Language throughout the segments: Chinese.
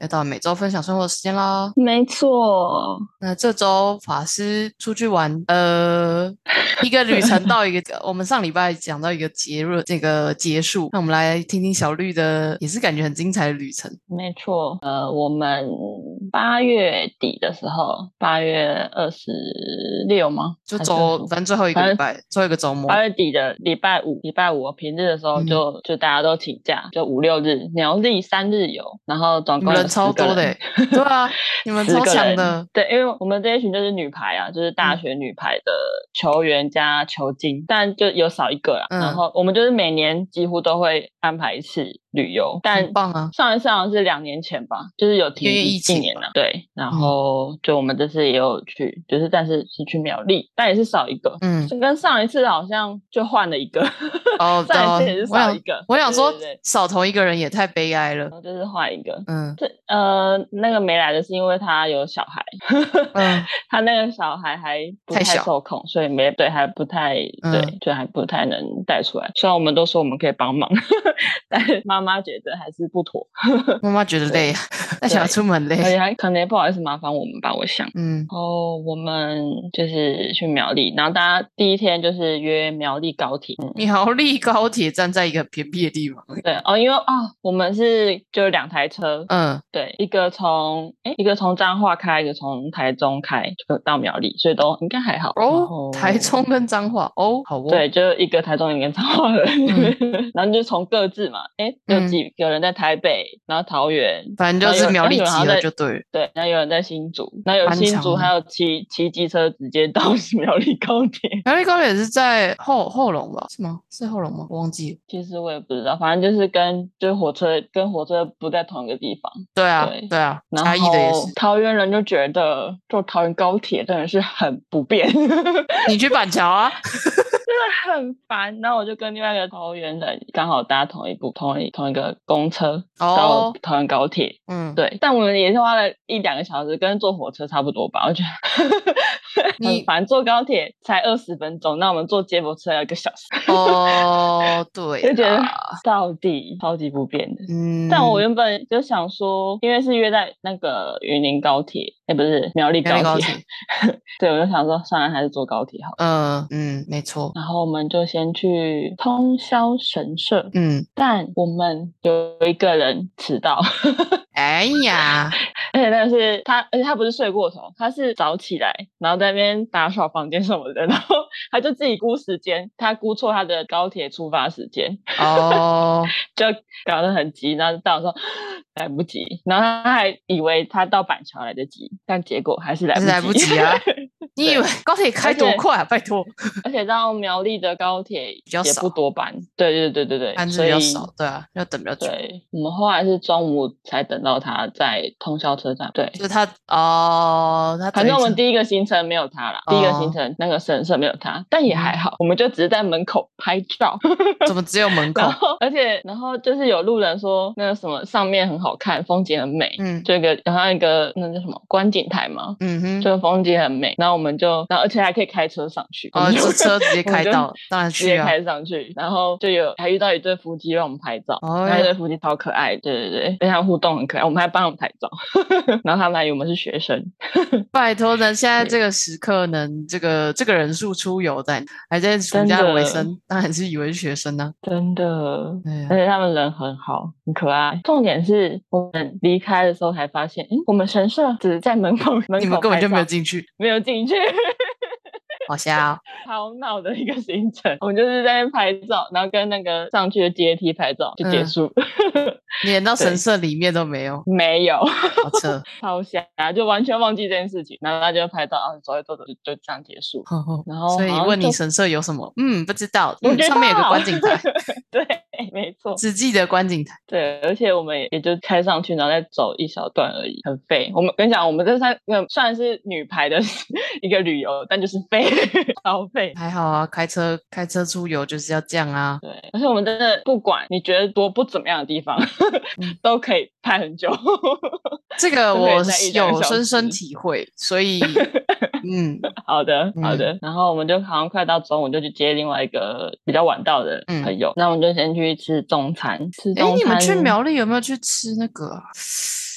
又到每周分享生活的时间啦。没错，那这周法师出去玩，呃，一个旅程到一个，我们上礼拜讲到一个结论，这个结束。那我们来听听小绿的，也是感觉很精彩的旅程。没错。呃，我们八月底的时候，八月二十六吗？就还是周，反正最后哎一个礼拜，最后一个周末，八月底的礼拜五，礼拜五平日的时候嗯就、就大家都请假，就五六日，苗栗三日游，然后总你共们有人超10个多的欸，对啊，你们10超个强人的，对，因为我们这一群就是女排啊，就是大嗯学女排的球员加球精，但就有少一个啦。嗯然后我们就是每年几乎都会安排一次旅游，但很棒啊！上一次好像是两年前吧，就是有提因为疫一情嗯近年了，对。然后就我们这次也有去，就是但是是去苗栗，但也是少一个，嗯，就跟上一次好像就换了一个，哦，对 上哦一次也是我少想，一个。我想对说对对，少投一个人也太悲哀了然。后就是换一个。嗯这呃，那个没来的是因为他有小孩，嗯，他那个小孩还不太太小受控，所以没对，还不太对，嗯就还不太能带出来。虽然我们都说我们可以帮忙， 但是妈妈觉得还是不妥，妈妈觉得累啊， 带小孩出门而且累。还可能也不好意思麻烦我们吧，我想。嗯，然后我们就是去苗栗，然后大家第一天就是约苗栗高铁，嗯，苗栗高铁站在一个很偏僻的地方。对哦，因为啊、我们是就两台车，嗯，对，一个从哎，一个从彰化开，一个从台中开，就到苗栗，所以都应该还好。然哦后，台中跟彰化，哦，好哦。对，就一个台中人跟彰化人， 然后就从各自嘛，哎，有嗯几个人在台北，然后桃园，反正然就后是有苗栗集然后有合人在就对了。对，然后有人在新竹，然后有蛮新强竹，的还有骑骑机车直接到 苗栗高铁。苗栗高铁是在后后龙吧？是吗？是后龙吗？我忘记了。其实我也不知道，反正就是跟就是火车跟火车不在同一个地方，对啊，对对啊，然嘉义的也后是。桃园人就觉得坐桃园高铁真的是很不便， 你去板桥啊？很烦。然后我就跟另外一个桃园人刚好搭同一部同一同一个公车到哦，桃园高铁，嗯，对，但我们也是花了一两个小时，跟坐火车差不多吧，我觉得你很烦。坐高铁才二十分钟，那我们坐接驳车要一个小时，哦，对 就觉得啦，到底超级不便的。嗯，但我原本就想说，因为是约在那个云林高铁，哎、不是苗栗苗栗高高铁铁，对，我就想说，算了，还是坐高铁好了。呃，嗯，没错，然后我们就先去通宵神社，嗯，但我们有一个人迟到， 哎呀，而且那个是他，而且他不是睡过头，他是早起来，然后在那边打扫房间什么的，然后他就自己估时间，他估错他的高铁出发时间， 哦，就搞得很急，然后到时候来不及，然后他还以为他到板桥来得及，但结果还是来还不是及，来不及啊你以为高铁开多而且快啊？拜托， 而且到苗栗的高铁比较也少不多班，对对对对对，班次所比以较少，对啊，要等比较久。对，我们后来是中午才等到他在通宵车站。对，就是他哦，他反正我们等于第一个行程没有他啦，第一个行哦嗯程那个神社没有他，但也还好，我们就只是在门口拍照。是怎么只有门口然？后，而且，然后就是有路人说那个什么上面很好看，风景很美，嗯就一个然后一个那叫什么观景台嘛，嗯哼，就风景很美。然后我们就，然后而且还可以开车上去，我哦，们就这车直接我开就到了，当然去直接啊，开上去，然后就有还遇到一对夫妻让我们拍照，哦那一对夫妻超可爱，对对对，跟他们互动很可爱，我们还帮他们拍照， 然后他们还以为我们是学生，拜托能现在对这个时刻能这个这个人数出游在还在暑真假的为生，当然是以为是学生呢、真的。对啊呀、而且他们人很好，很可爱。重点是我们离开的时候才发现，嗯，我们神社只是在门口，门口你们根本就没有拍照进去，没有进去，好瞎、哦。超闹的一个行程。我们就是在那边拍照，然后跟那个上去的阶梯拍照就结嗯束，你连到神对社里面都没有， 没有。好扯。 超瞎，就完全忘记这件事情，然后他就拍到啊，走一走走就就这样结束。然后所以好像问你就神社有什么？嗯，不知道。我嗯，觉得上面有个观景台，， 对，没错，只记得观景台。对，而且我们也也就开上去，然后再走一小段而已，很废。 我们跟你讲，我们这算那算是女排的一个旅游，但就是废，超 消费。还好啊，开车开车出游就是要这样啊。对，而且我们真的不管你觉得多不怎么样的地方，嗯 都可以拍很久。 这个 就可以我在一两个有小深深时体会，所 以嗯好的，好的。然后我们就好像快到中午，就去接另外一个比较晚到的朋友。那我们就先去吃中餐，吃哎、中嗯餐。你们去苗栗有没有去吃那个啊、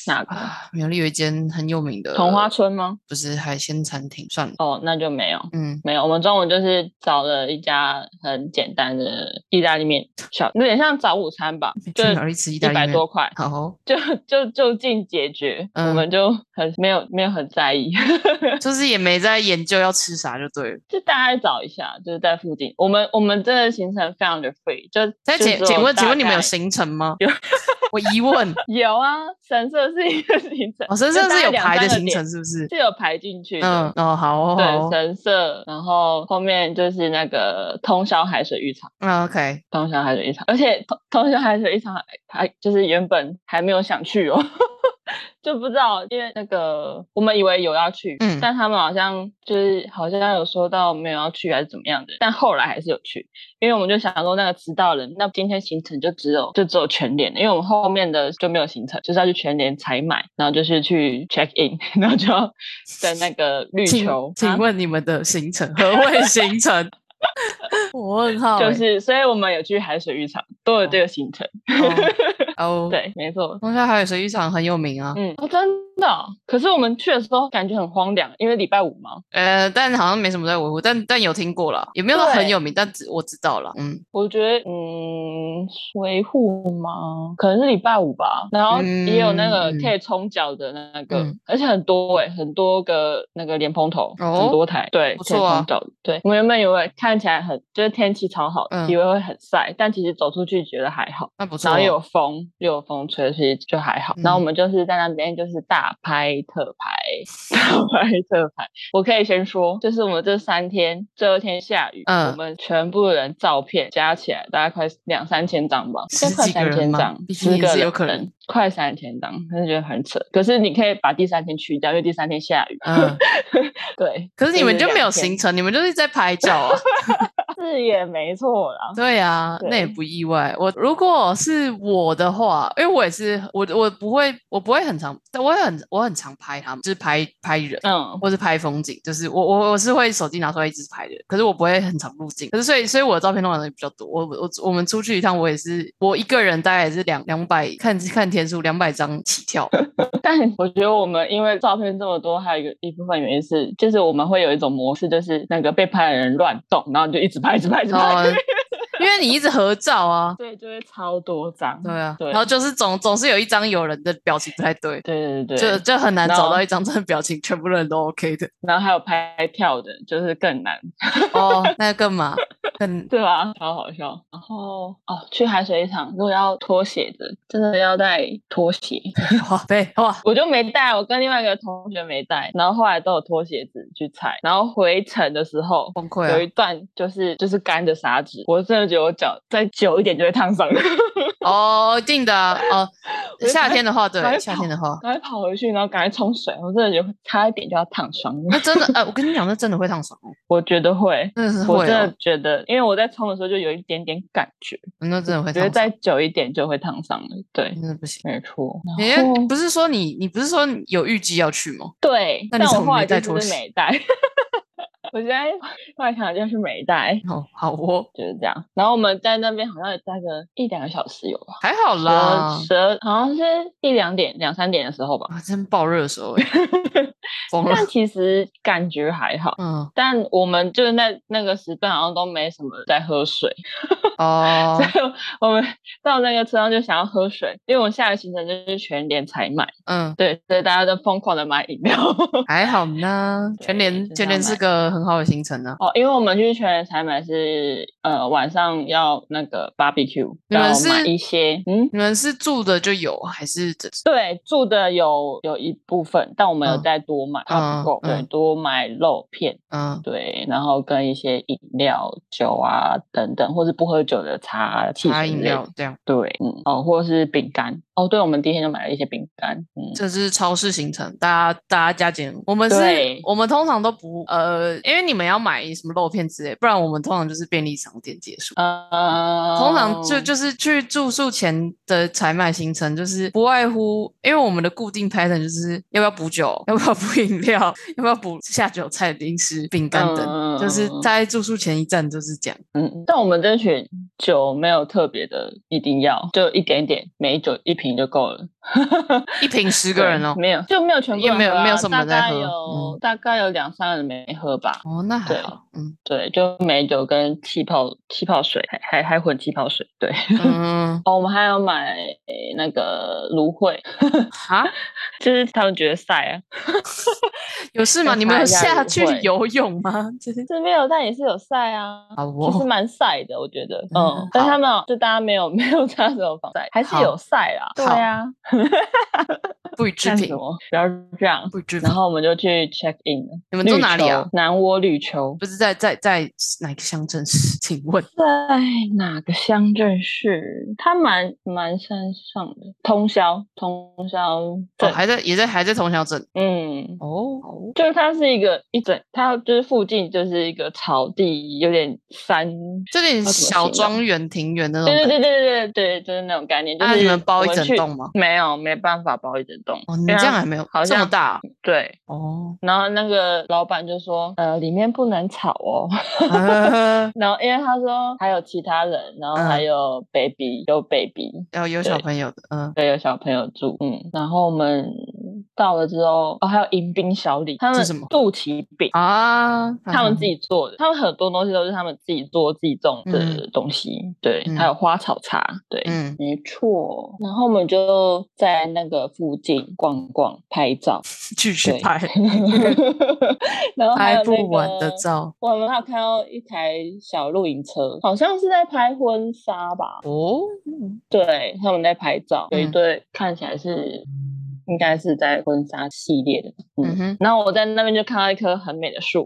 哪个啊苗栗有一间很有名的桐花，村吗？不是海鲜餐厅，算了，哦，那就没有。嗯，没有，我们中午就是找了一家很简单的意大利面小，有点像早午餐吧，就去苗栗吃意一大利百面，多块， 好哦、就就就近解决，嗯我们就很没有没有很在意，就是也没在研究要吃啥就对了。就大概找一下，就是在附近。我们我们这个行程非常的 free，就但就请只有请问请问你们有大概行程吗有？我疑问，哦有啊？神社是一个 行程，我身上就大是概有两排的三个行点程是不是？是有排进去的。嗯哦好哦好对，哦神社，然后后面就是那个通宵海水浴场。嗯，OK，通宵海水一场，而且通通宵海水一场还还就是原本还没有想去哦， 就不知道，因为那个我们以为有要去，嗯但他们好像就是好像有说到没有要去还是怎么样的，但后来还是有去，因为我们就想说那个迟到人，那今天行程就只有就只有全联，因为我们后面的就没有行程，就是要去全联采买，然后就是去 check in，然 后就要在那个绿请球，请啊问你们的行程何谓行程？ 我问号欸，啊就是，所以我们有去海水浴场，都有这个行程，哦，哦， 对，没错。东山海水浴场很有名啊，嗯，哦，真的哦、可是我们去的时候感觉很荒凉，因为礼拜五嘛，呃，但好像没什么在维护，但但有听过啦，也没有到很对有名，但只我知道了，嗯我觉得嗯，维护嘛，可能是礼拜五吧。然后也有那个嗯可以冲脚的那个，嗯而且很多哎、很多个那个莲蓬头，哦很多台，对，不错可以啊冲脚的。对，我们原本以为看起来很就是天气超好，嗯以为会很晒，但其实走出去觉得还好。那不错然哦，后又有风，又有风吹，所以就还好。然后我嗯们就是在那边就是大拍特拍，大拍特拍。我可以先说，就是我们这三天，最后一天下雨，我嗯们全部人照片加起来大概快两三千张吧，应该十快几个三人千吗张，毕十竟也个是有人可能快三千张，但是觉得很扯。可是你可以把第三天去掉，因为第三天下雨。嗯， 对，可是你们就没有行行， 程，你们就是在拍照啊，是也没错啦。 对啊，那也对不意外。我如果是我的话，因为我也是我我不会我不会很常，但我也很我很常拍他们，就是拍拍人。嗯，或是拍风景，就是我我我是会手机拿出来一直拍的，可是我不会很常入镜，可是所以所以我的照片弄的也比较多。我我我们出去一趟，我也是我一个人大概也是两两百，看看天数两百张起跳。但我觉得我们因为照片这么多，还有一个一部分原因是，就是我们会有一种模式，就是那个被拍的人乱动，然后你就一直拍，一直拍，一直拍， 哦，因为你一直合照啊，对，就会超多张。对啊，对然后就是总总是有一张有人的表情不太对，对对对就对，就很难然找后到一张真的表情全部人都 OK 的。然后还有拍跳的，就是更难，哦，那干嘛？很对吧？超好笑。然后哦，去海水浴场如果要脱鞋子，真的要带拖鞋，哇对哇，我就没带，我跟另外一个同学没带，然后后来都有拖鞋子去踩，然后回程的时候，崩溃有啊！一段就是就是干的砂纸，我真的觉得我脚再久一点就会烫伤了，，哦，一定的啊哦我就夏赶天的话，赶快对夏天的话，赶快跑回去，然后赶快冲水，我真的觉得差一点就要烫伤了，那真的，呃，我跟你讲，那真的会烫伤哦，我觉得会。真的是我会、真哦的，觉得，因为我在冲的时候就有一点点感觉，那真的会觉得烫再伤，久一点就会烫伤了。对，真的不行。没错。你然后不是说你，你不是说你有预计要去吗？对，那但你我怎么后来没带就拖是鞋没带。 我现在后来想就是没带，哦，好哦，就是这样。然后我们在那边好像也待个一两个小时有吧。啊还好十二啦，十二好像是一两点、两三点的时候吧。啊，真爆热的时候 欸，疯了但，其实感觉还好。嗯，但我们就是那那个时段好像都没什么在喝水，哦 所，以我们到那个车上就想要喝水，因为我们下个行程就是全联采买，嗯，对，所以大家都疯狂的买饮料。 还好呢。全对联全就这样联是买个很好的行程呢、啊哦，因为我们去全联采买是呃晚上要那个 barbecue，你们要是买一些嗯。你们是住的就有还是只是对，住的有有一部分，但我们有嗯再多买，怕不够，嗯嗯对，多买肉片，嗯对，然后跟一些饮料、酒啊等等，或是不喝酒的茶、汽茶水饮类料，这样？对，嗯，哦，或是饼干，哦，对，我们第一天就买了一些饼干，嗯，这是超市行程，大家大家加减。我们是对，我们通常都不呃，因为你们要买什么肉片之类，不然我们通常就是便利商店结束。呃，通常就就是去住宿前的采买行程，就是不外乎，因为我们的固定 pattern 就是要不要补酒，要不要补饮料，要不要补下酒菜、零食、饼干等，嗯就是在住宿前一站就是这样。嗯，但我们这群酒没有特别的一定要，就一点点，每一酒一瓶就够了。一瓶十个人哦对，没有就没有全部也人没有喝啊没有什么大人在概喝有、嗯大概有两三个人没喝吧。哦，那还对啊好，嗯对，就美酒跟气泡气泡水，还还还混气泡水。对，嗯，哦，我们还要买诶那个芦荟，哈，就是他们决赛啊，有事 吗？要你们有查一下下芦去荟游泳吗？ 就是这边有但也是有晒啊。好其实哦，蛮晒的，我觉得，嗯嗯，但好他们有就大家没有 没有擦什么防晒，还是好有晒啦，对好啊，不予置干评什，么？不要这样。不予置评然。后我们就去 check in 了。你们住绿哪里啊球？？南窝绿丘不是在在在哪个乡镇？ 请问在哪个乡镇市？它蛮蛮山上的，通宵通宵哦，镇。还在也在还在同小镇嗯，哦，哦就是它是一个一整，它就是附近就是一个草地，有点山。就有点要怎么小形容庄园庭园那种对感觉。对对对对对，就是那种概念。就那是你们包我一整去栋吗？没有，没办法包一整栋。哦，你因为这样它还没有啊好这么像大对。。哦 然后那个老板就说：“呃，里面不能吵哦。” 呃然后因为他说还有其他人，然后还嗯有 baby，、有 baby， 要有小朋友的，嗯，对，有小朋友住，嗯，然后我们到了之后，哦，还有迎宾小礼，他是们什么肚脐饼。啊，他们自己己做的，他们很多东西都是他们自己做、自己种的嗯东西，对，嗯还有花草茶，对，嗯没错。然后我们就在那个附近逛逛、拍 照，继续对 拍然后还有拍那不完的个照我们还有看到一台小露营车，好像是在拍婚纱吧？哦，嗯对，他们在拍照，有一嗯对看起来是应该是在婚纱系列的。嗯哼，然后我在那边就看到一棵很美的树，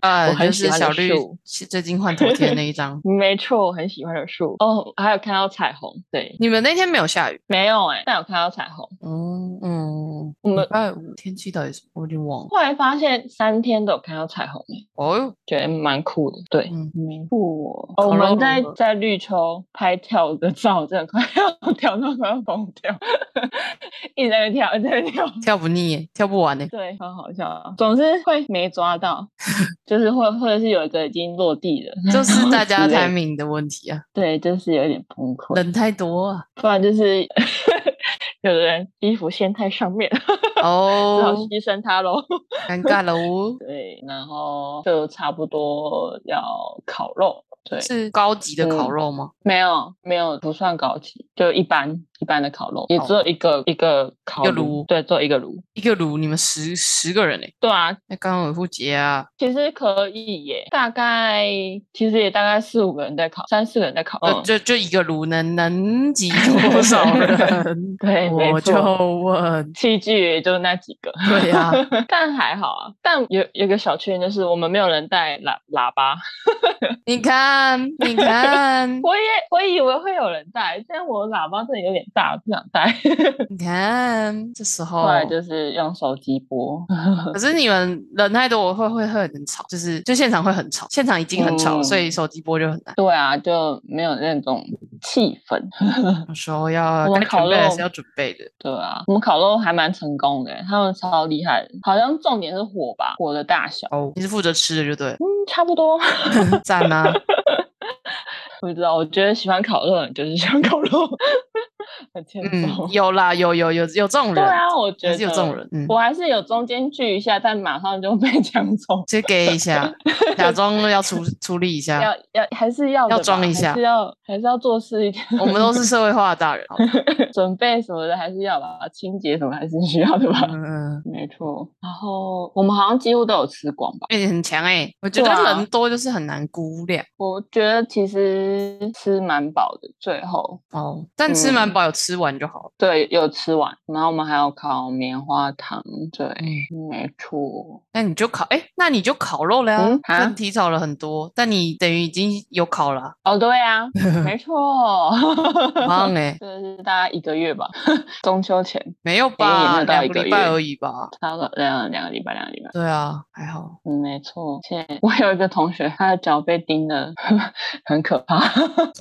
呃，我很就喜是欢小的绿树。是最近换头贴那一张没错，我很喜欢的树。哦，还有看到彩虹，对，你们那天没有下雨？没有哎、但有看到彩虹。嗯嗯，我们礼拜五天气到底是我已经忘了。后来发现三天都有看到彩虹、欸，哦哟，觉得蛮酷的。对，嗯没酷、烤哦。我肉们在了在绿洲拍跳的照，真的快要跳到快要疯掉， 一直在那边跳，一直在那边跳。跳不腻耶，跳不 完呢。对，很好笑啊。总之会没抓到，就是或或者是有一个已经落地了，就是大家之类的 timing 的问题啊，对，就是有点崩溃。人太多啊。不然就是 有的人衣服掀太上面，只 好哦，牺牲它喽。尴尬了 哦。对，然后就差不多要烤肉。对，是高级的烤嗯肉吗？没有，没有，不算高级，就一般一般的烤肉，也只有一个、一个烤哦一个炉炉，对，只有一个炉。一个炉你们十十个人哎，对啊，那刚刚有不结啊，其实可以耶，大概其实也大概四五个人在烤，三四个人在烤。呃嗯，就就一个炉能能挤多少人？ 对，没我就错 问，器具也就那几个， 对呀但还好啊。但有有个小缺点就是我们没有人带喇喇叭， ，你看，你看我也我以为会有人带，但我喇叭真的有点大，不想带。你看，这时候后来就是用手机播， 可是你们人太多，我会会会很吵，就是就现场会很吵，现场已经很吵，嗯所以手机播就很难。对啊，就没有那种气氛。 有时候要我该们烤准备还肉是要准备的，对啊，我们烤肉还蛮成功的，欸他们超厉害的，好像重点是火吧，火的大小，哦，你是负责吃的就对了，嗯，差不多。 赞吗？不知道，我觉得喜欢烤肉的人就是喜欢烤肉。 很欠揍。嗯， 有啦，有有有有这种对人，啊，我觉还得是有这种人，嗯，我还是有中间聚一下，但马上就被 抢走。先给一 下，假装要处处理一下。要要还是要的啊要吧装一下哦还是要还是要做事一点。我们都是社会化的大人，哦好吧 准备什么的还是要吧，清洁什么还是需要的吧。嗯，没错，然后我们好像几乎都有吃光吧。哎、你很强哎、我觉对得啊人多就是很难估量我觉得其实吃蛮饱的，最后哦，但吃嗯满饱有吃完就好了。对有吃完，然后我们还有烤棉花糖，对，嗯，没错，那你就烤哎、那你就烤肉了呀、嗯啊问题少了很多，但你等于已经有烤 了、哦对啊， 没错， 啊，棒哎、这是大概一个月吧， 中秋前没有哎吧？那到两一个个礼拜月而已吧。差不多两两个礼拜，两个礼拜。对啊，还好。嗯，没错。而且我有一个同学，他的脚被叮的 很可怕。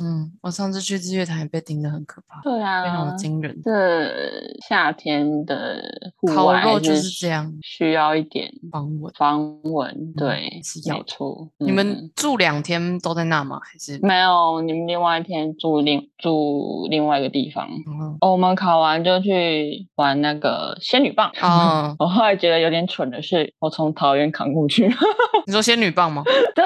嗯，我上次去日月潭也被叮得很可怕，对非常啊的，惊人。这夏天的户烤外肉还就是是这样需要一点防蚊。防蚊。对，嗯是要没的错。你嗯们住两天都在那吗？还是？没有？你们另外一天住另住另外一个地方。嗯哦我们考完就去玩那个仙女棒。啊，我后来觉得有点蠢的是，我从桃园扛过 去。你说仙女棒 吗？对，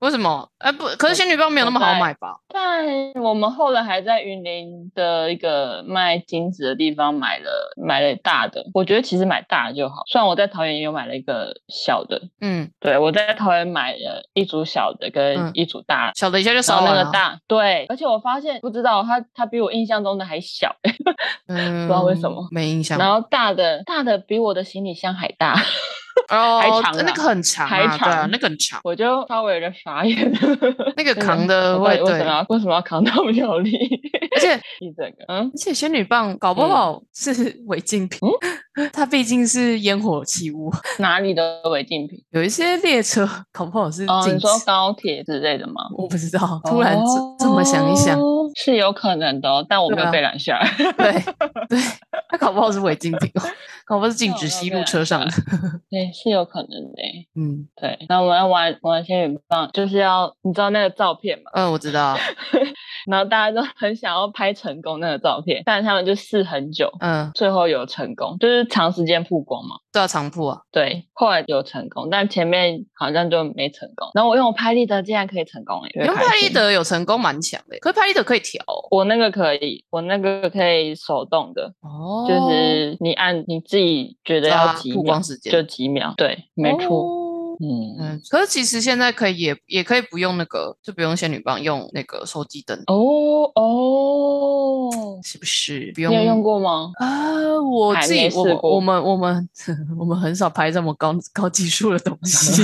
为什么？哎、不，可是仙女棒没有那么好买吧？但我们后来还在云林的一个卖金子的地方买了买了大的，我觉得其实买大的就好。虽然我在桃园也有买了一个小的，嗯，对我在桃园买了一组小的嗯跟一组大的。小的一下就然少后了那个，大，对，而且我发现不知道它它比我印象中的还小，嗯，不知道为什么没印象。然后大的大的比我的行李箱还大， 哦还长，啊那个很长还啊，对啊，长那个很长，我就稍微有点傻眼。那个真的扛的我会到底为对什么，要为什么要扛那么有力？而且 一整个嗯，而且仙女棒搞不好是违禁品，嗯 它毕竟是烟火器物，哪里的违禁品？有一些列车搞不好是哦，禁你止。说高铁之类的吗？我不知道，突然这这么想一想，哦是有可能的、哦，但我没对啊有被拦下 来。 对对，它搞不好是违禁品哦，搞不好是禁止吸入车上的。对，是有可能的欸。嗯对，然后我们要玩玩仙女棒，就是要你知道那个照片嘛，嗯，我知 道，然后大家都 很想要拍成功那个照片，但他们就试很久，嗯，最后有成功，就是长时间曝光嘛。都要长铺啊，对，后来有成功，但前面好像就没成功。然后我用我拍立得竟然可以成功、欸，因为拍拍立，得有成功蛮强的，可是拍立得可以调哦我那个可以，我那个可以手动的，哦，就是你按你自己觉得抓要几啊曝秒光时间就几秒，对，没错，哦嗯，嗯，可是其实现在可以也也可以不用那个，就不用仙女棒，用那个手机灯，哦哦，是不是？不你有用用过吗？啊，我还自己没我试们过我们我们 我们很少拍这么高高技术的东西。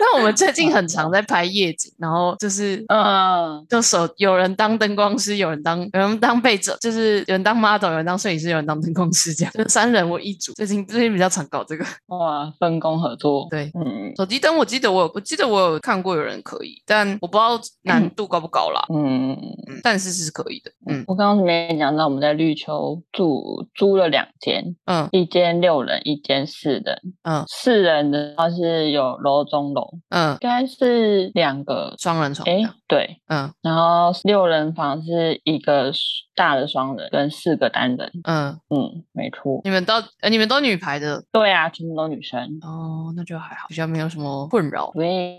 那我们最近很常在拍夜景，然后就是嗯，就手有人当灯光师，有人当有人当背者，就是有人当 model，有人当摄影师，有人当灯光师，这样就是三人我一组。最近最近比较常搞这个。哇，分工合作，对嗯手机灯我记得我有，我记得我有看过有人可以，但我不知道难度高不高啦。嗯。嗯，但是是可以的。嗯我刚刚没讲到，我们在绿洲住租了两间，嗯一间六人，一间四人。嗯四人的话是有楼中楼，嗯，应该是两个，双人床这哎样。，对，嗯然后六人房是一个大的双人跟四个单人，嗯，嗯，没错。你们都呃你们都女排的对啊，全部都女生，哦，那就还好，比较没有什么困扰。对，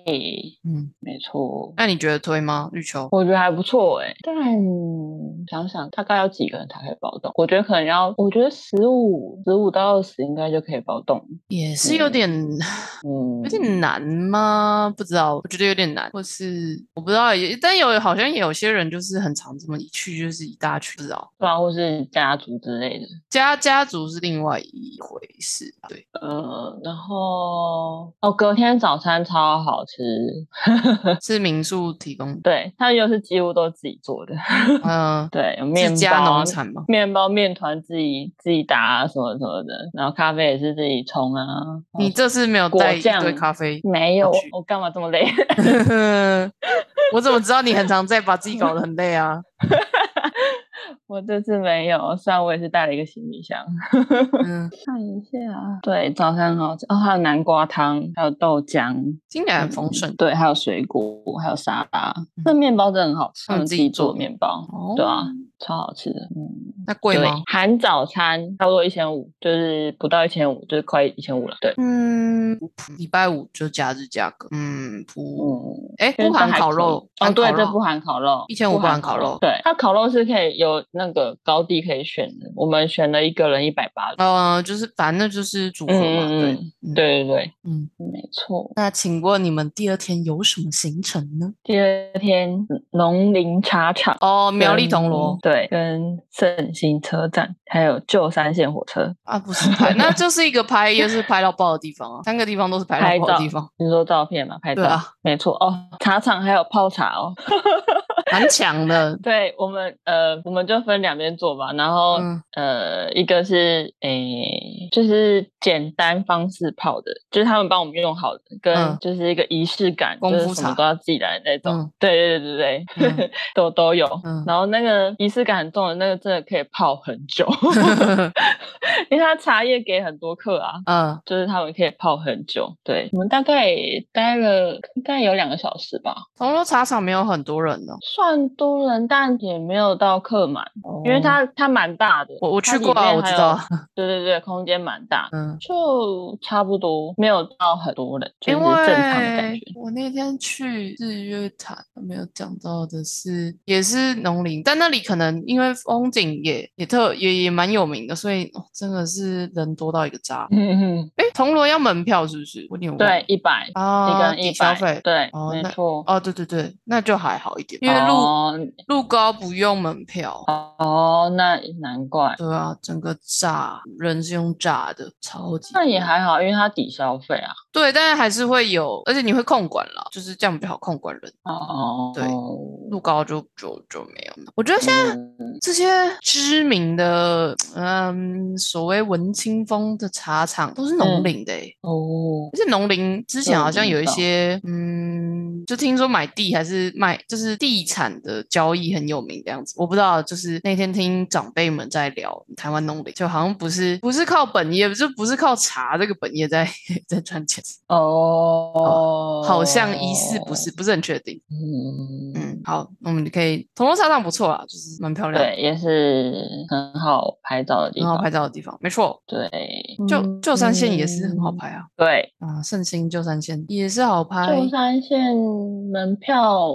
嗯，没错。那你觉得推吗？绿球？我觉得还不错哎、但想想大概要几个人才可以包栋？我觉得可能要，我觉得十五十五到二十应该就可以包栋。也是有嗯点嗯，有点难吗？不知道，我觉得有点难，或是我不知道，也但有好像也有些人就是很常这么一去就是一大群，不知道对啊，或是家族之类的。家家族是另外一回事啊，对，呃，然后哦，隔天早餐超好吃， 嗯是民宿提供的，对，他们又是几乎都自己做的，嗯、对，有面是包加农产吗？面包、面团自己自己打啊，什么什么的，然后咖啡也是自己冲啊。你这次没有果带一堆酱，咖啡 没有要我去我干嘛这么累？ 我怎么知道你很常在把自己搞得很累啊？我这次没有，虽然我也是带了一个行李箱。嗯，看一下，啊对，早餐很好吃哦，还有南瓜汤，还有豆浆，听起来很丰盛。对，还有水果，还有沙拉。那面包真的很好吃，他他们嗯们哦自自己己做做的面包，哦对啊，超好吃的。嗯，那贵对吗？含早餐差不多一千五，就是不到一千五，就是快一千五了。对，嗯，礼拜五就假日价格。嗯，不，嗯。哎，因为不含这还烤可以肉。哦，含对，烤这肉不含烤肉， 1500不含烤肉对，它烤肉是可以有那个高低可以选的，我们选了一个人一百八的。呃，就是反正就是组合嘛，对，嗯嗯，对对对，嗯。没错。那请问你们第二天有什么行程呢？第二天，嗯农林茶厂、哦，苗栗铜锣跟对，跟圣心车站，还有旧山线火车。啊，不是 拍，那就是一个拍，又是拍到爆的地方啊，三个地方都是拍拍到爆的照地方，你说照片嘛，拍对照，啊没错哦。茶厂还有泡茶哦， 蛮强的。对我们呃，我们就分两边做吧。然后、嗯呃，一个是诶、就是简单方式泡的，就是他们帮我们用好的，嗯跟就是一个仪式感，功就是夫什么茶都要自己来的那种。嗯对对对对对，嗯 都都有。嗯然后那个仪式感很重的那个，真的可以泡很 久， 因为它茶叶给很多克啊。嗯，就是他们可以泡很久，对我们大概待了应该有两个小时吧，铜锣茶厂没有很多人哦，算多人，但也没有到客满，因为它它蛮大的，哦我我它去里过啊面我还知有 道，对对对，空间蛮大，嗯，就差不多没有到很多人，就是因正常的感为觉。我那天去日月潭，没有讲到的是，也是农林，但那里可能因为风景也也特也也蛮有名的，所以、哦真的是人多到一个渣。嗯嗯，哎，铜锣要门票是不是？我有点忘了 对，一百、一个啊，人一抵百，消费。对，哦没那错。哦，对对对，那就还好一点，因为路、哦路高不用门票。哦，那难怪，对啊，整个炸人是用炸的，超级那也多还好，因为它抵消费啊。对，但是还是会有，而且你会控管啦，就是这样比较好控管人。哦，对路高就就就没有了。我觉得现在嗯这些知名的，嗯，所谓文青风的茶厂都是农嗯林的、欸，哦，而且农林之前这我好像不知有一道些，嗯，就听说买地还是卖，就是地产的交易很有名的样子。我不知道，就是那天听长辈们在聊台湾农林，就好像不是不是靠本业，就不是靠茶这个本业在 在赚钱，哦，好像疑似不是，，不是很确定。嗯嗯，好，那我们可以铜锣茶厂不错啦，就是蛮漂亮的对，，也是很好拍照的地很好方。拍照的地方，没错。对，旧嗯旧山线也是很好。拍啊，对，啊，圣心旧山线也是好拍。旧山线门票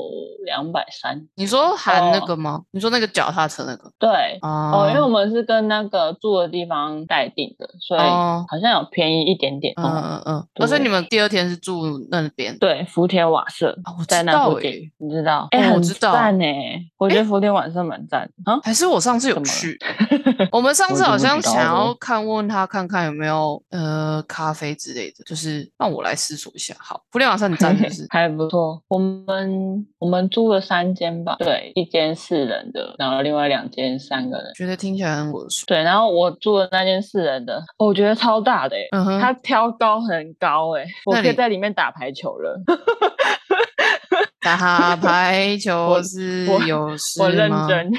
两百三。你说含那哦个吗？你说那个脚踏车那个对，啊？哦，因为我们是跟那个住的地方待定的，所以哦好像有便宜一点点。嗯哦，嗯嗯，而且对你们第二天是住那边对，福田瓦舍啊？我在知那道附诶、近，你知道？哦哎，我很知道赞哎，我觉哎得福田晚上蛮赞 啊。还是我上次有怎么了 去，我们上我次已经好不像知道哦想要了看问他看看有没有呃咖啡之类的，就是让我来思索一下。好，福建晚上你站是不是？ 还不错。我们我们租了三间吧，对，一间四人的，然后另外两间三个人。觉得听起来很耳熟。对，然后我住的那间四人的，哦我觉得超大的、欸，嗯哼，它挑高很高、欸，我那可以你在里面打排球 了。 打排球我是我有事我认吗？真，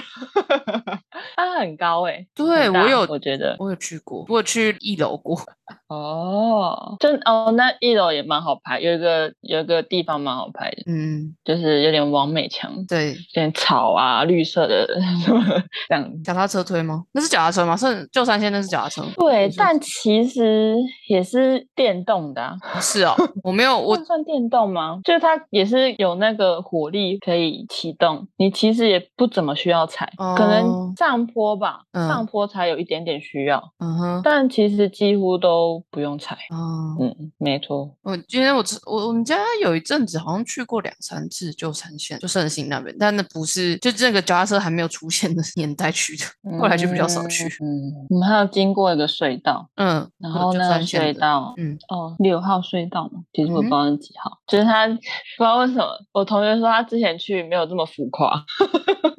它很高、欸，对很大我有我觉得，我有去过，我有去一楼过。哦，真哦，那一楼也蛮好拍，有一个有一个地方蛮好拍的， 嗯，就是有点王美强，有对，点草啊，绿色的什么这样脚踏车推吗？那是脚踏车吗？是旧山线那是脚踏车吗。对你，说但其实也是电动的、啊，是 哦，我没有，我算算电动吗？就是它也是有那个火力可以启动，你其实也不怎么需要踩，可哦能上坡吧，嗯上坡才有一点点需要，嗯哼，但其实几乎都不用踩。嗯，嗯，没错，我今天我吃我我们家有一阵子好像去过两三次旧山线，就圣心那边，但那不是就这个脚踏车还没有出现的年代去的，后来就比较少去。嗯，我们还有经过一个隧道，嗯，然有后旧那个山隧线的，道，嗯，哦，六号隧道嘛，其实我嗯不知道是几号，就是他不知道为什么，我同学说他之前去没有这么浮夸，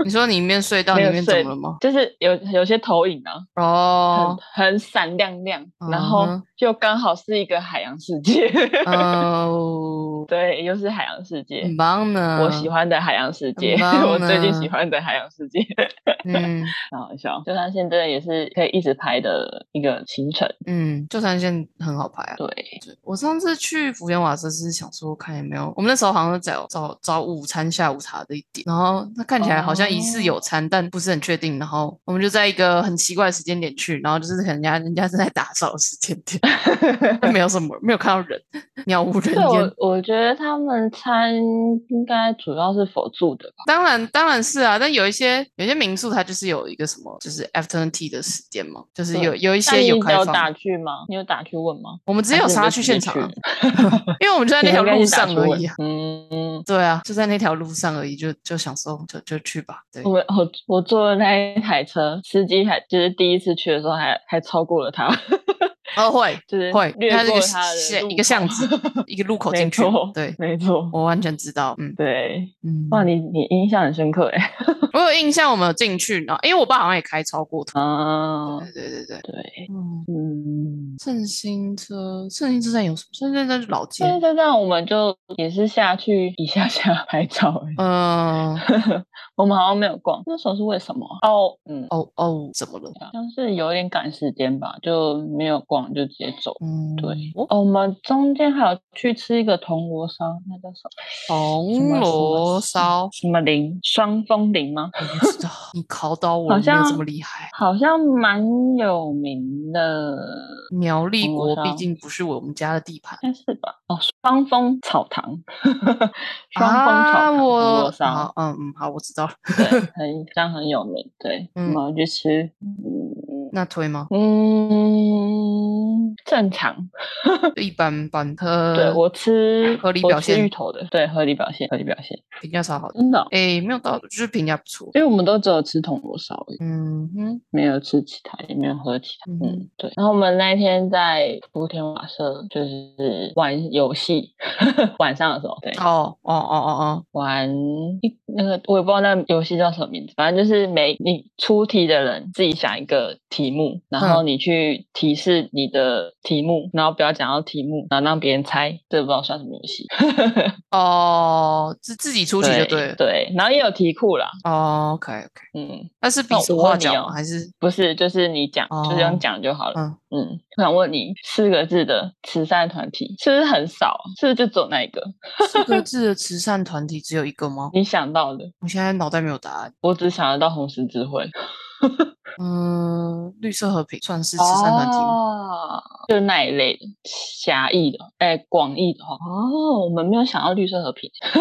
你说里面隧道没里有面怎隧么了吗？就是有有些投影啊，哦很，很闪亮亮，然嗯哼后就刚好是一个海洋世界。哦，哦， 对，又是海洋世界。嗯很棒呢，我喜欢的海洋世界，很棒啊我最近呢喜欢的海洋世界，嗯。很好笑。就算现在也是可以一直拍的一个行 程，嗯，旧山线很好排啊。对，对我上次去福建瓦斯是想说看有没有，我们那时候好像在找找找午餐、下午茶的一点，然后它看起来好像疑似哦有餐，但不是很确定。然后我们就在一个很奇怪的时间点去，然后就是可能人家人家正在打扫的时间点，没有什么没有看到人，鸟无人对烟我。我觉得他们餐应该主要是否住的吧，当然当然是啊，但有一些有些民宿它就是有一个什么就是 afternoon tea 的时间嘛，就是有有一那些你有开有放打的。去吗？你有打去问吗？我们直接有杀去现场啊、 还是你就直接去因为我们就在那条路上而已、啊。你应该是打去问嗯。对啊，就在那条路上而已，就就想说就就去吧。对，我我我坐的那一台车，司机还就是第一次去的时候还还超过了他， 哦会就是会，略它是一过个他巷一的路个口巷子，一个路口没进去错。对， 没错，我完全知道。嗯对，嗯，哇，你你印象很深刻 哎，我有印象，我们有进去，然后因为我爸好像也开超过头。啊，对对对对，对，嗯，嗯，圣心车，圣心车站有什么？圣心车站是老街现。在这样我们就也是下去一下下 拍照而已，嗯，我们好像没有逛，那时候是为什么啊？哦，嗯，哦哦，怎么了？好像是有点赶时间吧，就没有逛，就直接走。嗯， 对，哦，哦，我们中间还有去吃一个铜锣烧，那叫什么？什铜么 锣烧，什么林？双峰林吗？我不知道，你考倒我，好你没有这像么厉害。好像蛮有名的，苗栗铜锣国毕烧竟不是我们家的地盘。应该是吧？哦，双峰草堂， 双峰草堂啊铜我锣烧好，，嗯嗯，好，我知道了。对，很这样很有名，对，我嗯们去吃，嗯那推 吗？嗯，正常，就一般般。呃，对我吃合理我表吃现芋头的，对，合理表现，合理表现，评价超好的。真的哦、诶，没有到，就是评价不错。因为我们都只有吃铜锣烧而已，嗯哼，没有吃其他，也没有喝其他。嗯嗯，对。然后我们那一天在福田瓦舍就是玩游戏， 晚上的时候，对，哦哦哦哦玩一那个我也不知道那个游戏叫什么名字，反正就是每你出题的人自己想一个题目，然嗯后你去提示你的题目，然后不要讲到题目，然后让别人猜，这不知道算什么游戏。 哦哦，自自己出去就对对了。对，然后也有题库啦，哦，OK OK，嗯，那是比那手我问画你脚哦吗？还 是不是，就是你讲，就是哦用讲就好了。嗯嗯，我想问你，四个字的慈善团体是不是很少啊？是不是就走那一个？四个字的慈善团体只有一个吗？你想到的，我现在脑袋没有答案。我只想得到红十字会。嗯，绿色和平算是慈善团体吗？哦，就那一类的狭义的，哎，广义的话，哦，我们没有想到绿色和平，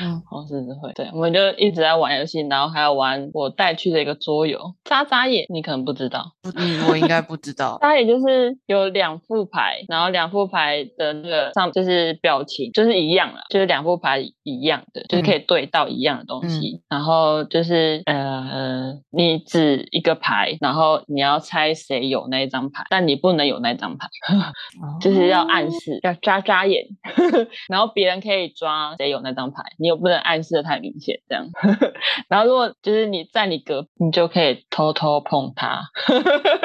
嗯，红十字会，对，我们就一直在玩游戏，然后还有玩我带去的一个桌游《眨眨眼》，你可能不知道，不，嗯，我应该不知 道。它也就是有两副牌，然后两副牌的那个上就是表情就是一样了，就是两副牌一样的，就是可以对到一样的东西。然后就是呃，你指一个牌，然后你要猜谁有那一张牌，但你不能有那张牌， 就是 要暗哦示，要眨眨眼， 然后别人可以抓谁有那张牌，你又不能暗示的太明显，这样。 然后如果就是你在你隔壁，你就可以偷偷碰它。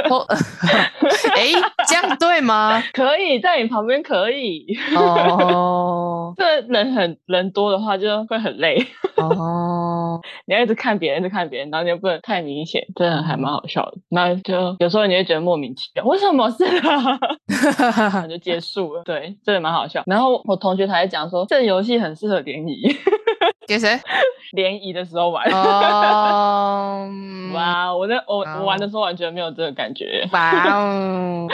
哦，哎，这样对吗？可以在你旁边可以。 哦这人很人多的话，就会很累。 哦，你要一直看别人，一直看别人，然后你又不能太明显，真的还蛮好笑的。那就有时候你会觉得莫名其妙，为什么是他？ 然后就结束了。对，真的蛮好笑。然后我同学他还讲说，这游戏很适合联谊， 给谁？联谊的时候玩。哦，嗯哇，我那我哇哦我玩的时候完全没有这个感觉，哇哦！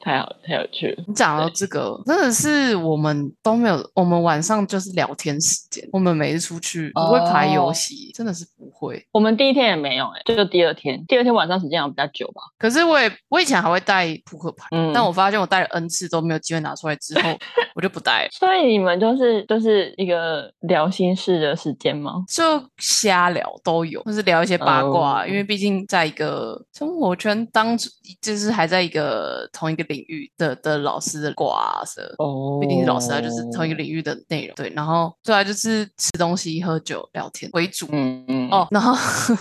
太好太有趣了。你讲到这个，真的是我们都没有，我们晚上就是聊天时间，我们每次出去不会排游哦戏，真的是不会。我们第一天也没有哎、就第二天，第二天晚上时间好像比较久吧。可是我也我以前还会带扑克牌，嗯，但我发现我带了 N 次都没有机会拿出来，之后我就不带了，所以你们就是就是一个聊心事的时间吗？就瞎聊都有，就是聊一些八卦，啊因为毕竟在一个生活圈当中，就是还在一个同一个领域的的老师的瓜是。哦不一定是老师啊，就是同一个领域的内容。对，然后对啊，就是吃东西、喝酒、聊天为主。嗯嗯 哦，然后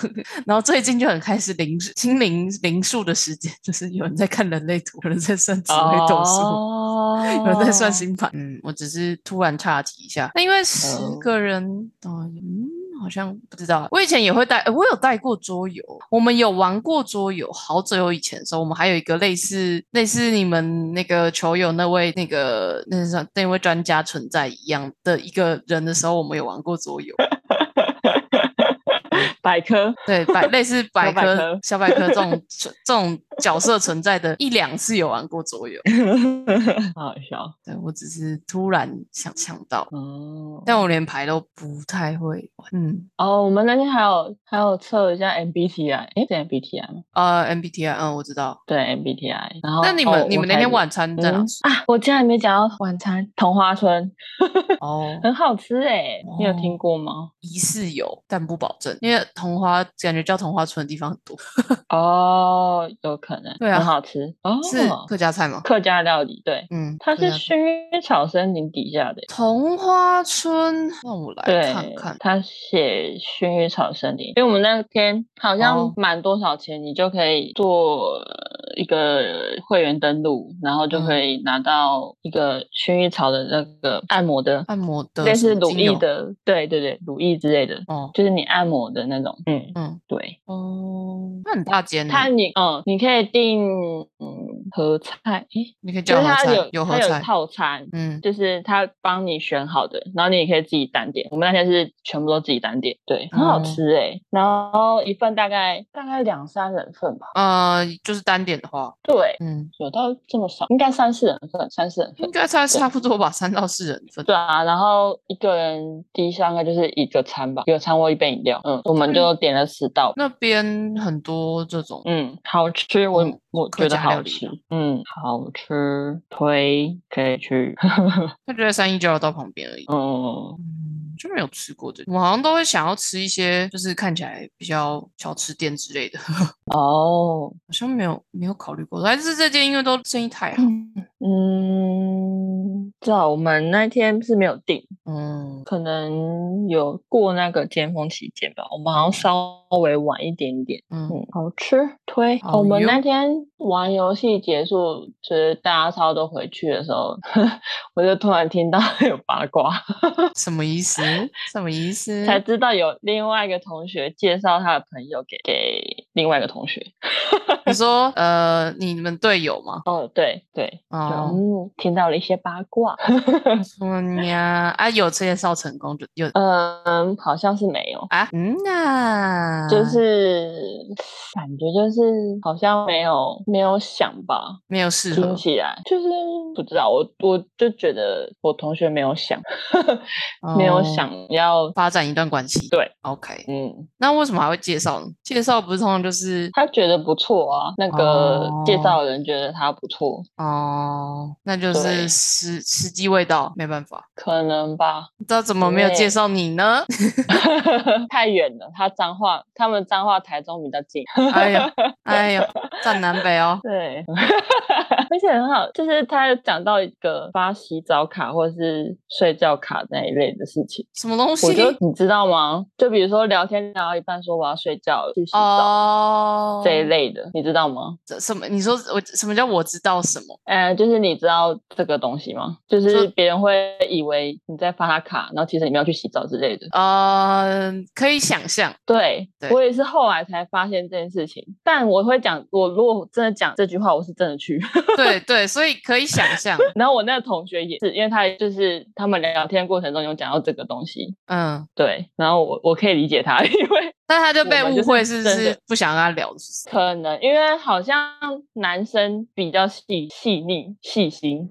然后最近就很开始零心灵零数的时间，就是有人在看人类图，有人在算紫微斗数。有 人在算哦星盘，嗯，我只是突然岔题一下。那因为十哦个人，哦嗯，好像不知道。我以前也会带，呃我有带过桌游，我们有玩过桌游，好久以前的时候，我们还有一个类似类似你们那个球友那位那个那是什么那位专家存在一样的一个人的时候，我们有玩过桌游。百科，对，百类似百百科科、小百科这种存这种角色存在的一两次有玩过桌游。好好笑对我只是突然想想到，哦。但我连牌都不太会玩。嗯，哦，我们那天还有还有测一下 MBTI，哎，是 MBTI 吗？呃，MBTI，嗯，我知道。对 MBTI。然后，那你们、哦你我们那才天晚餐在哪嗯？ 啊，我竟然没讲到晚餐同花村，哦，很好吃哎、你有哦听过吗？疑似有，但不保证，因为桐花感觉叫桐花村的地方很多，哦，有可能，对啊很好吃哦，是客家菜吗？客家料理，对，啊嗯，它客家是菜薰草森林底下的欸。桐花村，让我来对看看，。他写薰衣草森林，因为我们那天好哦像满多少钱，你就可以做呃一个会员登录，然后就嗯可以拿到一个薰衣草的那个按摩的，按摩的类似什么乳精液油的，对对对，乳液之类的，哦，就是你按摩的那种。嗯，嗯，对，哦，那很大间呢，它你嗯，你可以订嗯合菜，诶你可以就叫是合它菜有，有合它有菜，套餐，嗯，就是他帮你选好的，然后你也可以自己单点。我们那天是全部都自己单点，对，很好哦吃哎、然后一份大概大概两三人份吧，呃，就是单点的话，对，嗯，有到这么少，应该三四人份，三四人份应。该差差不多吧，三到四人份。对啊，然后一个人第一项应该就是一个餐吧，一个餐或一杯饮料。嗯，我们就点了十道。那边很多这种，嗯，好吃，我、嗯我客觉得家料好理啊吃嘛。嗯，好吃，推可以去。他就在三一交流道旁边而已。嗯，嗯，就没有吃过这，我好像都会想要吃一些，就是看起来比较小吃店之类的，好哦，像没有没有考虑过。但是这间因为都生意太好，嗯嗯，知道我们那天是没有订，嗯，可能有过那个尖峰期间吧，我们好像稍微晚一点点。嗯嗯，好吃推。好我们哦哟那天玩游戏结束，就是大家差不多回去的时候， 我就突然听到有八卦，什么意思？什么意 思？才知道有另外一个同学介绍他的朋友给给另外一个同学。你说呃，你们队友吗？哦，对对，就哦，嗯，听到了一些八卦。说呀啊，有介绍成功就有嗯，好像是没有。啊，嗯啊，就是感觉就是好像没有没有想吧，没有适听合，起来就是不知道，我我就觉得我同学没有想， 没有哦想要，发展一段关系。对，OK，嗯，那为什么还会介绍呢？介绍不是通常就是他觉得不错啊，那个介哦绍的人觉得他不错，哦，那就对是时时机未到，没办法。可能 吧， 这怎么没有介对绍你呢？ 太远了，他脏话，他们脏话台中比较近，哎呀，哎呀，站南北哦。 对， 而且很好，就是他有讲到一个发洗澡卡或是睡觉卡那一类的事情。什么东西我？就你知道吗？就比如说聊天聊到一半说我要睡觉了去洗澡、哦，这一类的，你知道吗？这什么？你说我什么叫我知道什么？呃，就是你知道这个东西吗？就这是别人会以为你在发他卡，然后其实你没有去洗澡之类的。呃，可以想象，对对我也是后来才发现这件事情，但我会讲，我如果真的讲这句话，我是真的去。 对对，所以可以想象，然后我那个同学也是，因为他就是他们聊天过程中有讲到这个东西，嗯，对，然后我我可以理解他， 因为但他就 我被们误就是会是不真的是不想跟他聊的事情？可能因为好像男生比较细细腻、细心，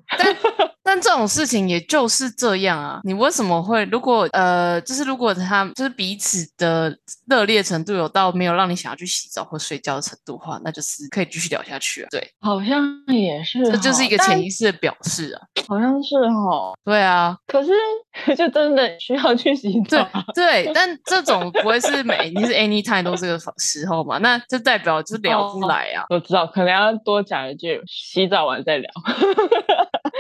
但这种事情也就是这样啊，你为什么会？如果呃，就是如果他就是彼此的热烈程度有到没有让你想要去洗澡或睡觉的程度的话，那就是可以继续聊下去啊。对，好像也是哈，这就是一个潜但意识的表示啊。好像是哈。对啊，可是 就真的需要去洗对 澡，对，但这种不会是每你是 anytime 都这个时候嘛？那就代表就是聊不哦来啊，我知道，可能要多讲一句，洗澡完再聊。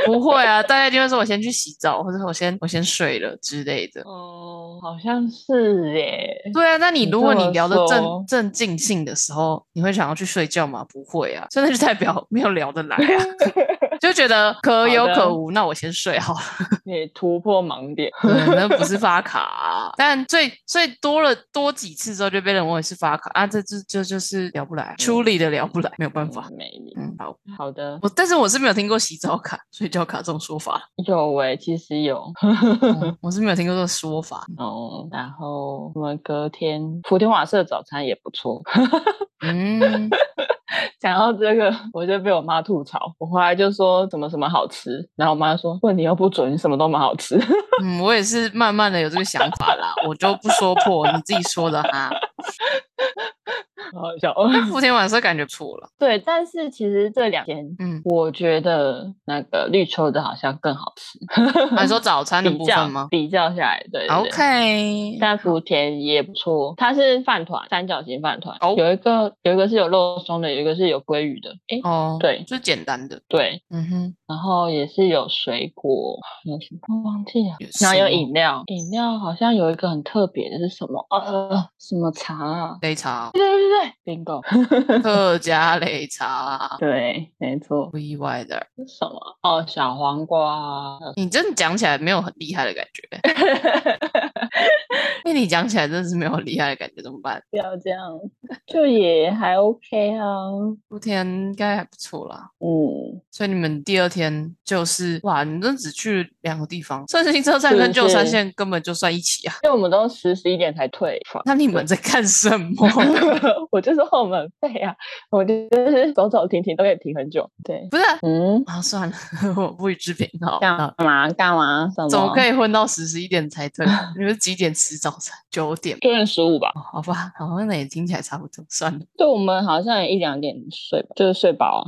不会啊，大家就会说我先去洗澡，或者我先我先睡了之类的。哦、好像是耶。对啊，那你你如这果你么聊的正说正尽兴的时候，你会想要去睡觉吗？不会啊，所以那就代表没有聊得来啊， 就觉得可有好可的无，那我先睡 好了。你突破盲点，对那不是发卡、啊但最最多了多几次之后就被人问为是发卡啊，这这这就是聊不来，处理的聊不来，没有办法。没嗯，好，好的，我但是我是没有听过洗澡卡、睡觉卡这种说法啦， 有诶，其实有。嗯我是没有听过这个说法。哦，然后我们隔天福天瓦舍早餐也不错。嗯，讲到这个， 我就被我妈吐槽，我回来就说什么什么好吃，然后我妈说问你又不准，你什么都蛮好吃。 嗯，我也是慢慢的有这个想法啦，我就不说破，你自己说的哈。好好笑。哦 但福田晚上感觉错了，对，但是其实这两天。嗯，我觉得那个绿秋的好像更好 吃，还说早餐的比部较分吗嗯比较下来，对对对？OK，但福田也不错，它是饭团，三角形饭团，哦有一个有一个是有肉松的，有一个是有鲑鱼的，诶，哦，对就是简单的，对，嗯哼，然后也是有水果，有什么忘记了有，然后什有么饮料，饮料好像有一个很特别的是什么？呃，什么茶啊？擂茶， 对对对对，bingo，客家擂茶，对，没错不，意外的。是什么？哦，小黄瓜啊，你真的讲起来没有很厉害的感 觉，因为你讲起来真的是没有很厉害的感觉，怎么办？不要这样，就也还 OK 啊，福田应该还不错啦。嗯，所以你们第二天就是哇，你们只去两个地方，圣心车站跟是旧山是线根本就算一起啊！因为我们都十十一点才退房。那你们在干什么？ 我就说我们废啊，我就是走走停停都可以停很久。对，不是啊，嗯，啊算了， 我不予置评好。干嘛干嘛？怎么？怎么可以？以混到十十一点才退？ 你们几点吃早餐？九点、九点十五吧，哦，好吧，好像那也听起来差不多，算了，就我们好像也一两点睡吧，就是睡饱啊，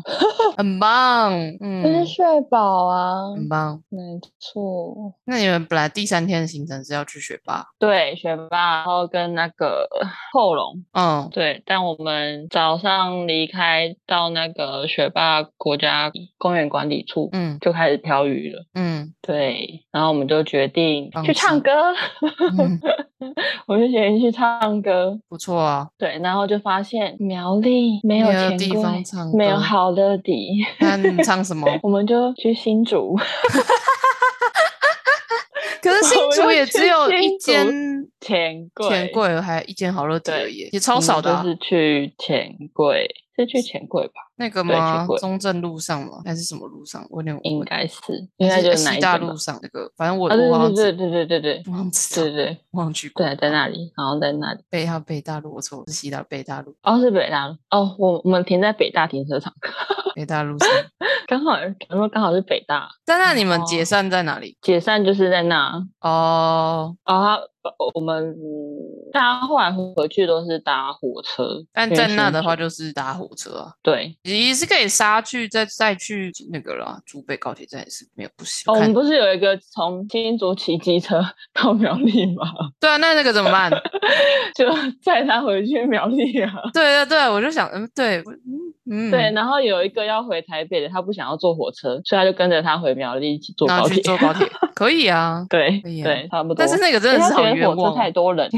很棒，就是嗯，睡饱啊，很棒。没错。那你们本来第三天的行程是要去学霸，对，学霸，然后跟那个后龙，嗯，对，但我们早上离开到那个学霸国家公园管理处，嗯就开始漂鱼了。嗯对，然后我们就决定放去唱松歌， 嗯，我就决定去唱歌。不错啊，对，然后就发现苗栗没有没有钱地柜方嗯唱没有歌好乐迪，那你唱 什么？我们就去新竹。 可是新我竹要也去只有新一竹间钱柜，钱柜，还一间好乐迪而已，也我超们少的啊就。是去钱柜，是去钱柜吧？那个对吗钱？柜中正路上吗？还是什么路上？我有点应忘了，该是，应还该是就是哪西一大间吧路上那个，反正我啊？我忘对记，对对对对对对忘记对了对对 忘记过。对，在那里，然后在那里。北大北大路，我错，我是西大北大路，哦，是北大路哦，我我们停在北大停车场， 北大路上。 刚好，然后刚好是北大但那你们解哦散在哪里？解散就是在那。哦，啊、我们嗯大家后来回去都是搭火车，但因为在那新的话竹，就是搭火车啊，对，也是可以杀去再再去那个啦，竹北高铁站也是没有不行。哦，我看们不是有一个从新竹骑机车 到苗栗吗？ 对啊，那那个怎么办？就载他回去苗栗啊。对对对，我就想，嗯，对，嗯，对，嗯，然后有一个要回台北的，他不想要坐火车，所以他就跟着他回苗栗一起坐然高后去铁。坐高铁，可以啊。 对可以啊对，差不多。但是那个真因为的他是觉好得冤火枉车太哦，多人，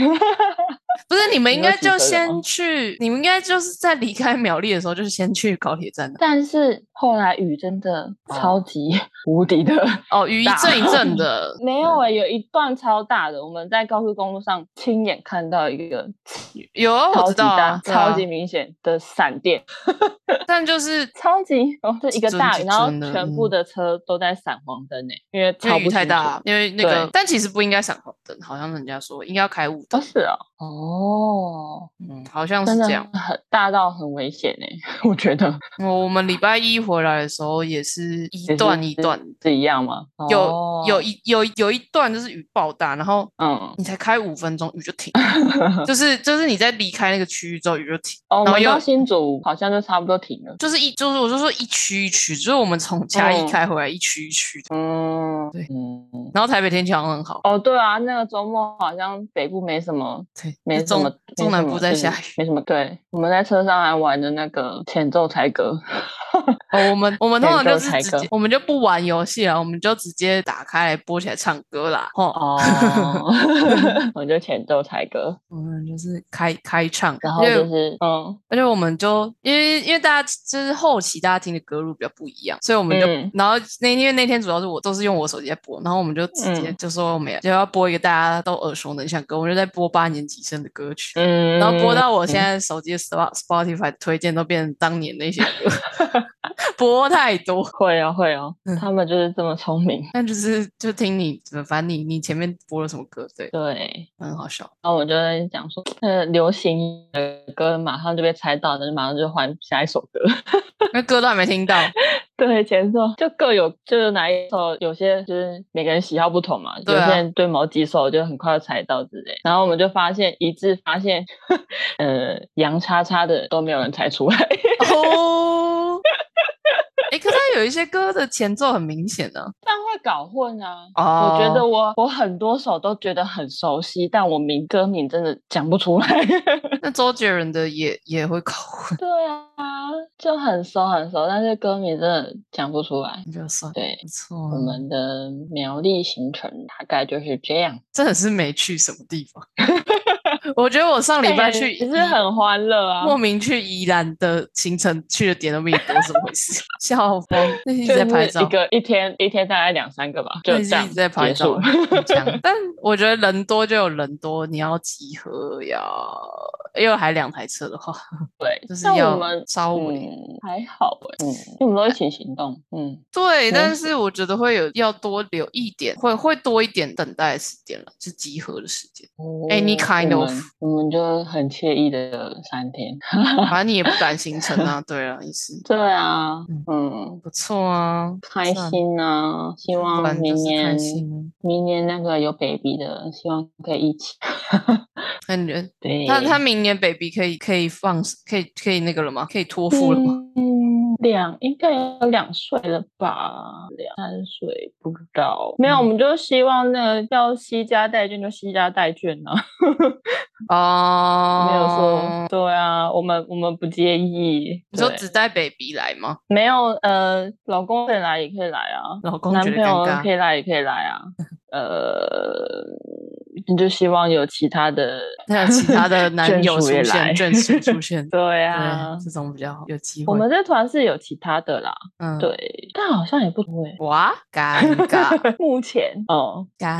不是你们你应要该骑车就的先吗去，你们应该就是在离开苗栗的时候，就是先去高铁站的。但是后来雨真的哦超 级无敌的哦，雨一大阵一阵的，没有哎、有一段超大的，我们在高速公路上亲眼看到一个有啊，我超知级道大、啊，对啊超级明显的闪电，但就是 超级哦，这一个几大雨，尊然后几尊的全部嗯的车都在闪黄灯呢、因为因超为不雨太清大楚啊，因为那个对，但其实不应该闪红灯，好像人家说应该要开雾哦，灯，是哦，哦，嗯，好像是真的啊这样。很大到很危险呢、 我觉得我我们礼拜一回来的时候也是一也是段一段，是一样吗？有、哦有一有有一段就是雨爆大，然后嗯，你才开五分钟雨就停， 就是就是你在离开那个区域之后雨就停，哦，我然后们又到新竹好像就差不多停了，就是一就是我就说一区一区，就是我们从嘉义嗯开回来一区一区的，嗯，对嗯，然后台北天气好像很好，哦，对啊，那个周末好像北部没什么，对，没什中么，嗯中南部在下雨雨，。没什么。对，我们在车上还玩的那个前奏猜歌，哦，我们我 们通常就是直演奏才接歌，我们就不玩游戏了，我们就直接打开来播起来唱歌啦。哦，哦， 我们就前奏猜歌，我们就是开开唱，然后因为就是嗯，而且我们就因为因为大家就是后期大家听的歌路比较不一样，所以我们就、嗯然后那因为那天主要是我都是用我手机在播，然后我们就直接嗯就说我们就要播一个大家都耳熟能详的歌，我们就在播八年级生的歌曲。嗯，然后播到我现在手机的 Spo- Spotify 推荐都变成当年那些歌， 播太多。会哦会哦嗯，他们就是这么聪明，但就是就听你，反正你你前面播了什么歌，对，对。很好笑。然后我就在讲说，呃，流行的歌马上就被猜到，那就马上就换下一首歌。 那歌都还没听到，对，前奏就各有，就是哪一首，有些就是每个人喜好不同嘛，对啊有些人对某几首就很快就猜到之类。然后我们就发现一致发现， 呃，杨叉叉的都没有人猜出来。 哦，哎、可是它有一些歌的前奏很明显啊呢、但会搞混啊。哦，我觉得我我很多首都觉得很熟悉，但我名歌名真的讲不出来。 那周杰伦的也也会搞混，对啊，就很熟很熟，但是歌名真的讲不出来。那就算了对，不错我啊，们的苗栗行程大概就是这样。真的是没去什么地方。 我觉得我上礼拜去其宜，实很欢乐啊，莫名去宜兰的行程去的点都比你多，怎么回 事？笑疯！那是一就直在是拍照一，个一天一天大概两三个吧，就那是这样一直在拍结束照，很强但我觉得人多就有人多，你要集合呀，又还两台车的话，对， 就是但要我们稍微嗯还好哎，嗯，因为我们都一起行动，嗯，对，但嗯是我觉得会有要多留一点，会会多一点等待的时间了，是集合的时 间。Any 我 kind 我 of 们我们就很惬意的三天。 反正你也不赶行程啊。对了，也是对啊嗯，嗯，不错啊，开算心啊！希不然望明就是开年心。明年那个有 baby 的，希望可以一起。 感觉对，他他明年 baby 可以可以放可以可以那个了吗？可以托付了吗？嗯，两应该有两岁了吧，两三岁不知道。没有，嗯我们就希望那个要惜家带眷就惜家带眷呢、哦，嗯没有说对啊，我们我们不介意。你说对只带 baby 来吗？没有呃，老公可以来也可以来啊，老公男哦觉得朋友尴可尬。，以来也可以来啊。 呃，就希望有其他的那有其他 的男眷友出属也现，来正式出现， 对啊对，，这种比较好，有机会。我们这团是有其他的啦，嗯，对，但好像也不多哎。哇， 尴尬，目前哦，尴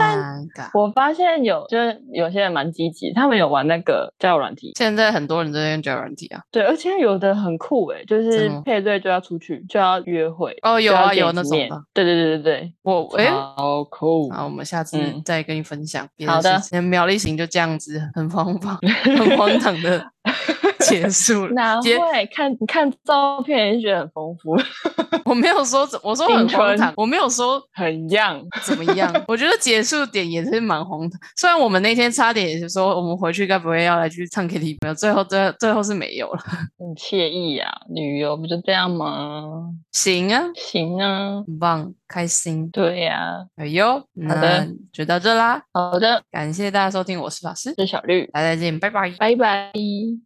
尬。我发现有就是有些人蛮积极，他们有玩那个交友软体，现在很多人都在用交友软体啊。对，而且有的很酷诶，就真是的吗配对就要出去，就要约会，哦，有就要啊，见有一那次种面的。对对对对我对，哎，好酷， 好，我们下次嗯再跟你分享别好的的事情。苗栗行就这样子，很 荒唐，很 荒唐的结束了。哪结会看你看照片也觉得很丰富， 我没有说怎，我说青很荒春唐，我没有说很样，怎么样。 我觉得结束点也是蛮荒唐。虽然我们那天差点也是说，我们回去该不会要来去唱 KTV 吧？最后最后最后是没有了。很惬意啊，旅游不就这样吗？行啊，行啊，很棒，开心。对呀、哎呦，好那的就到这啦，好的，感谢大家收听，我是法师，我是小绿，大家再见，拜拜。拜拜。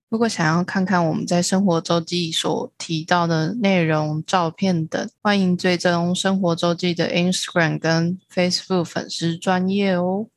如果想要看看我们在生活周记所提到的内容、照片等，欢迎追踪生活周记的 Instagram 跟 Facebook 粉丝专业哦。